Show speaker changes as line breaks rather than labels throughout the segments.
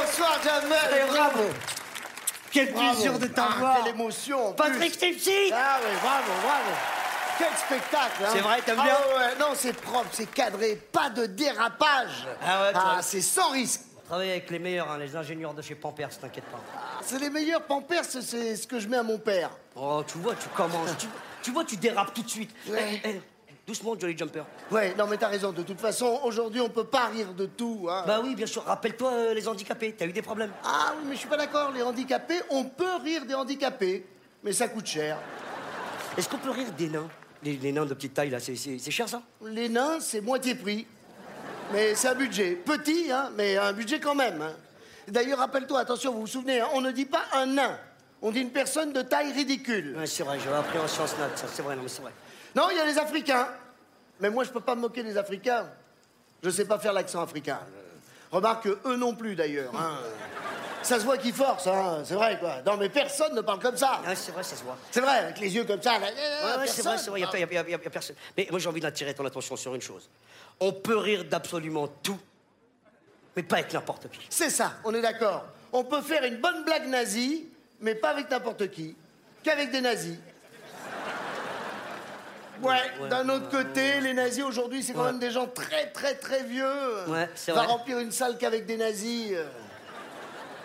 Bonsoir, Jamel. Bravo.
Quel
Bravo.
plaisir de
Ah,
t'avoir
Quelle émotion. en
Patrick
plus.
Timsit
Ah oui, bravo, bravo. Quel spectacle. hein.
C'est vrai, t'aimes
Ah
bien
ouais, ouais, Non, c'est propre, c'est cadré, pas de dérapage.
Ah ouais, toi.
c'est sans risque.
Travailler avec les meilleurs, hein, les ingénieurs de chez Pampers, t'inquiète pas.
Ah, C'est les meilleurs pampers, c'est- c'est ce que je mets à mon père.
Oh, tu vois, tu commences, tu, tu vois, tu dérapes tout de suite.
Ouais.
Eh, eh, doucement, Jolly Jumper.
Ouais, non mais t'as raison, de toute façon, aujourd'hui on peut pas rire de tout. hein.
Bah oui, bien sûr, rappelle-toi euh, les handicapés, t'as eu des problèmes.
Ah oui, mais je suis pas d'accord, les handicapés, on peut rire des handicapés, mais ça coûte cher.
Est-ce qu'on peut rire des nains les, les nains de petite taille, là, c'est- c'est c'est cher ça
Les nains, c'est moitié prix. Mais c'est un budget. Petit, hein, mais un budget quand même. hein. D'ailleurs, rappelle-toi, attention, vous vous souvenez, hein, on ne dit pas un nain. On dit une personne de taille ridicule.
Ouais, c'est vrai, j'avais appris en sciences nat, ça, c'est vrai, non, mais c'est vrai.
Non, il y a les Africains. Mais moi, je peux pas me moquer des Africains. Je sais pas faire l'accent africain. Remarque que eux non plus, d'ailleurs. hein. Ça se voit qu'ils forcent, hein, c'est vrai, quoi. Non, mais personne ne parle comme ça.
Ah, c'est vrai, ça se voit.
C'est vrai, avec les yeux comme ça.
Ouais,
là,
ouais, c'est
personne.
vrai, c'est vrai, il n'y a, y a- y a- y a personne. Mais moi, j'ai envie d'attirer ton attention sur une chose. On peut rire d'absolument tout, mais pas avec n'importe qui.
C'est ça, on est d'accord. On peut faire une bonne blague nazie, mais pas avec n'importe qui, qu'avec des nazis. Ouais, d'un autre côté, les nazis aujourd'hui, c'est quand
Ouais.
même des gens très très très vieux.
Ouais, c'est
Va
vrai.
remplir une salle qu'avec des nazis. euh.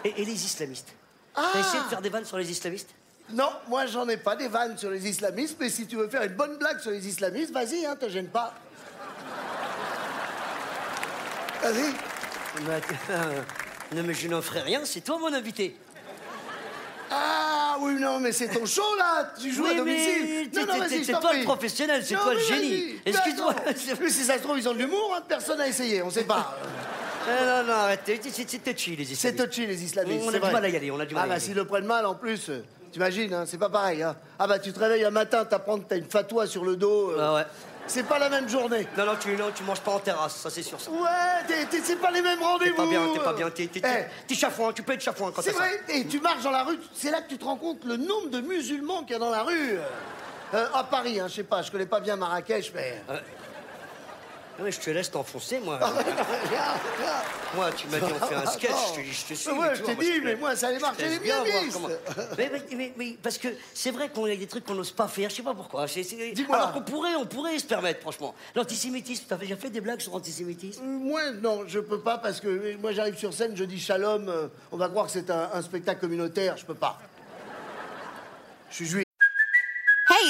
Et, et les islamistes
Ah
T'as essayé de faire des vannes sur les islamistes
Non, moi j'en ai pas des vannes sur les islamistes, mais si tu veux faire une bonne blague sur les islamistes, vas-y, hein, te gêne pas. Vas-y.
Bah, euh, Non, mais je n'en ferai rien, c'est toi mon invité.
Ah oui, non, mais c'est ton show là Tu joues
Oui,
à
mais
domicile
t'es-
Non, non,
t'es-
vas-y,
t'es-
je t'en
t'es pas le
prie.
professionnel, c'est
Non,
toi le
mais
génie.
vas-y.
Excuse-moi.
D'accord. Mais si ça se trouve, ils ont de l'humour, hein, personne n'a essayé, on sait pas.
Eh, non, non, arrête, c'est- c'est c'est touchy les
C'est
islamistes.
touchy les islamistes.
On a
c'est
du
vrai.
mal à y aller, on a du mal
Ah
à y
bah
aller.
s'ils le prennent mal en plus, euh, t'imagines, hein, c'est pas pareil. hein. Ah bah tu te réveilles un matin, t'apprends que t'as une fatwa sur le dos. euh,
Ah ouais.
C'est pas la même journée.
Non, non, tu, non, tu manges pas en terrasse, ça c'est sûr. ça.
Ouais, t'es- t'es- c'est pas les mêmes
T'es
rendez-vous.
pas bien, t'es pas bien, t'es t'es- t'es-
Eh,
t'es chafouin, tu peux être chafouin quand
C'est
t'as ça.
vrai, et tu marches dans la rue, c'est là que tu te rends compte le nombre de musulmans qu'il y a dans la rue. Euh, à Paris, hein, je sais pas, je connais pas bien Marrakech, mais.
Euh. Non, mais Ah je te laisse t'enfoncer, moi.
Ah
Moi, tu m'as dit, on fait un sketch, je te, Ah, je te suis.
Ouais,
mais tu
je
vois,
t'ai dit, mais moi, ça allait
je
marcher,
laisse
les miamis.
voir comment- mais, mais- mais- mais- parce que c'est vrai qu'on a des trucs qu'on n'ose pas faire, je sais pas pourquoi. c'est- c'est-
Dis-moi.
Alors qu'on pourrait, on pourrait se permettre, franchement. L'antisémitisme, t'as déjà fait des blagues sur l'antisémitisme
Euh, Moi, non, je peux pas parce que euh, moi, j'arrive sur scène, je dis shalom, euh, on va croire que c'est un, un spectacle communautaire, je peux pas. Je suis juif.
Hey,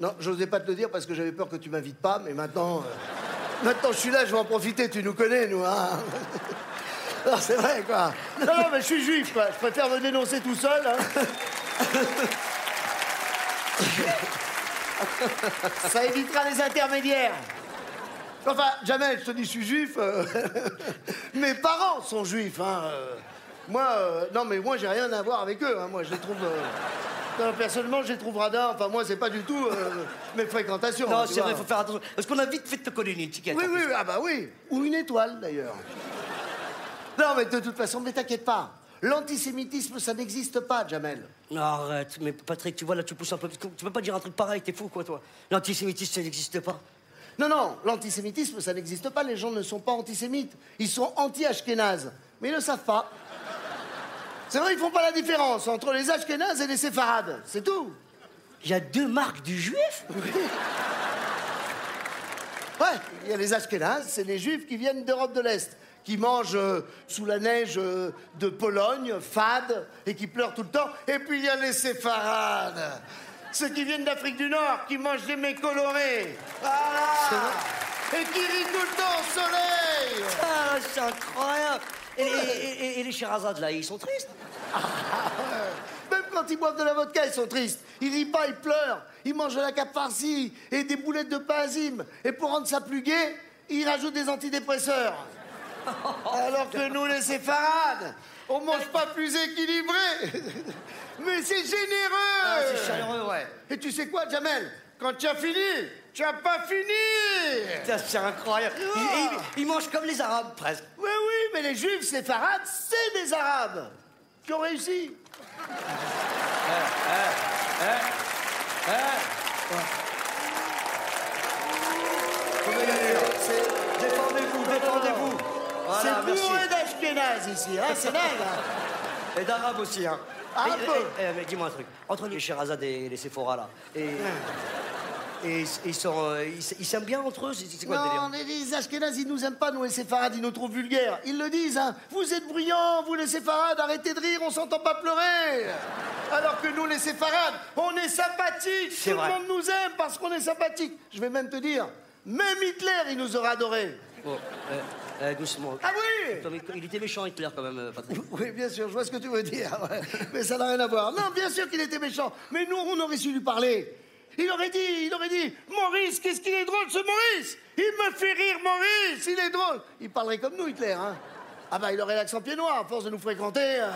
Non, j'osais pas te le dire parce que j'avais peur que tu m'invites pas, mais maintenant. euh, maintenant, je suis là, je vais en profiter, tu nous connais, nous, hein. Non, c'est vrai, quoi. Non, non, mais je suis juif, quoi. Je préfère me dénoncer tout seul. hein. Ça évitera les intermédiaires. Enfin, jamais, je te dis, je suis juif. euh, Mes parents sont juifs, hein. euh. Moi, euh, non, mais moi, j'ai rien à voir avec eux. hein. Moi, je les trouve. euh, Non, personnellement, je les trouve radins. Enfin, moi, c'est pas du tout euh, mes fréquentations. hein,
Non,
tu
c'est
vois.
vrai, faut faire attention. Parce qu'on a vite fait de te coller une étiquette.
Oui,
en
oui,
plus.
ah bah oui. Ou une étoile, d'ailleurs. Non, mais de toute façon, mais t'inquiète pas. L'antisémitisme, ça n'existe pas, Jamel.
Non, arrête, mais Patrick, tu vois, là, tu pousses un peu. Tu peux pas dire un truc pareil, t'es fou, quoi, toi. L'antisémitisme, ça n'existe pas.
Non, non, l'antisémitisme, ça n'existe pas. Les gens ne sont pas antisémites. Ils sont anti-ashkénazes. Mais ils ne savent pas. C'est vrai, ils font pas la différence entre les ashkénazes et les séfarades. C'est tout.
Il y a deux marques du juif
Ouais, il y a les ashkénazes, c'est les juifs qui viennent d'Europe de l'Est, qui mangent euh, sous la neige euh, de Pologne, fade, et qui pleurent tout le temps. Et puis il y a les séfarades, ceux qui viennent d'Afrique du Nord, qui mangent des mets colorés.
Ah.
Voilà Et qui rient tout le temps au soleil
Ah, c'est incroyable et, et- et- et les Shirazades, là, ils sont tristes
Ah, Même quand ils boivent de la vodka, ils sont tristes. Ils rient pas, ils pleurent. Ils mangent de la cape farcie et des boulettes de pain azim. Et pour rendre ça plus gai, ils rajoutent des antidépresseurs. Alors que nous, les séfarades, on mange pas plus équilibré. Mais c'est généreux.
Ah, c'est chaleureux, ouais.
Et tu sais quoi, Jamel Quand tu as fini, tu as pas fini.
Putain, C'est incroyable Ils-
Ah.
ils, ils mangent comme les Arabes, presque
Oui, oui, mais les juifs séfarades, c'est des arabes qui ont réussi. Eh,
hein. Défendez-vous, défendez-vous Voilà,
c'est
merci.
bourré d'Ashkenaz ici, hein, c'est dingue. hein.
Et d'Arabes aussi, hein
Ah, Un
Et-
peu.
et- et- mais dis-moi un truc, entre les Shirazades et les Sephora, là, et... et ils- ils sont... euh, Ils s- ils s'aiment bien entre eux C'est c'est quoi le délire
Non, les, les Ashkénazes, ils nous aiment pas, nous, les séfarades, ils nous trouvent vulgaires. Ils le disent, hein. Vous êtes bruyants, vous, les séfarades, arrêtez de rire, on s'entend pas pleurer. Alors que nous, les séfarades, on est sympathiques.
C'est
Tout
vrai.
le monde nous aime parce qu'on est sympathiques. Je vais même te dire, même Hitler, il nous aura adorés.
Bon, euh, euh, doucement.
Ah oui
Putain, mais Il était méchant, Hitler, quand même, euh, Patrick.
Oui, bien sûr, je vois ce que tu veux dire. ouais. Mais ça n'a rien à voir. Non, bien sûr qu'il était méchant. Mais nous, on aurait su lui parler. Il aurait dit, il aurait dit, Maurice, qu'est-ce qu'il est drôle, ce Maurice Il me fait rire, Maurice, il est drôle. Il parlerait comme nous, Hitler, hein. Ah bah, il aurait l'accent pied noir, à force de nous fréquenter. euh.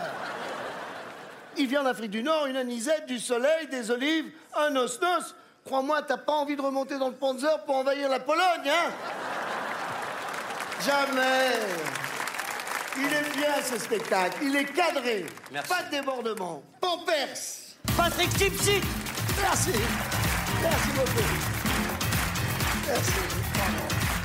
Il vient d'Afrique du Nord, une anisette, du soleil, des olives, un osnos. Crois-moi, t'as pas envie de remonter dans le Panzer pour envahir la Pologne, hein Jamais il est bien ce spectacle, il est cadré,
Merci.
pas de débordement, Pampers.
Patrick Tipsy
Merci, merci beaucoup. Merci. Bravo.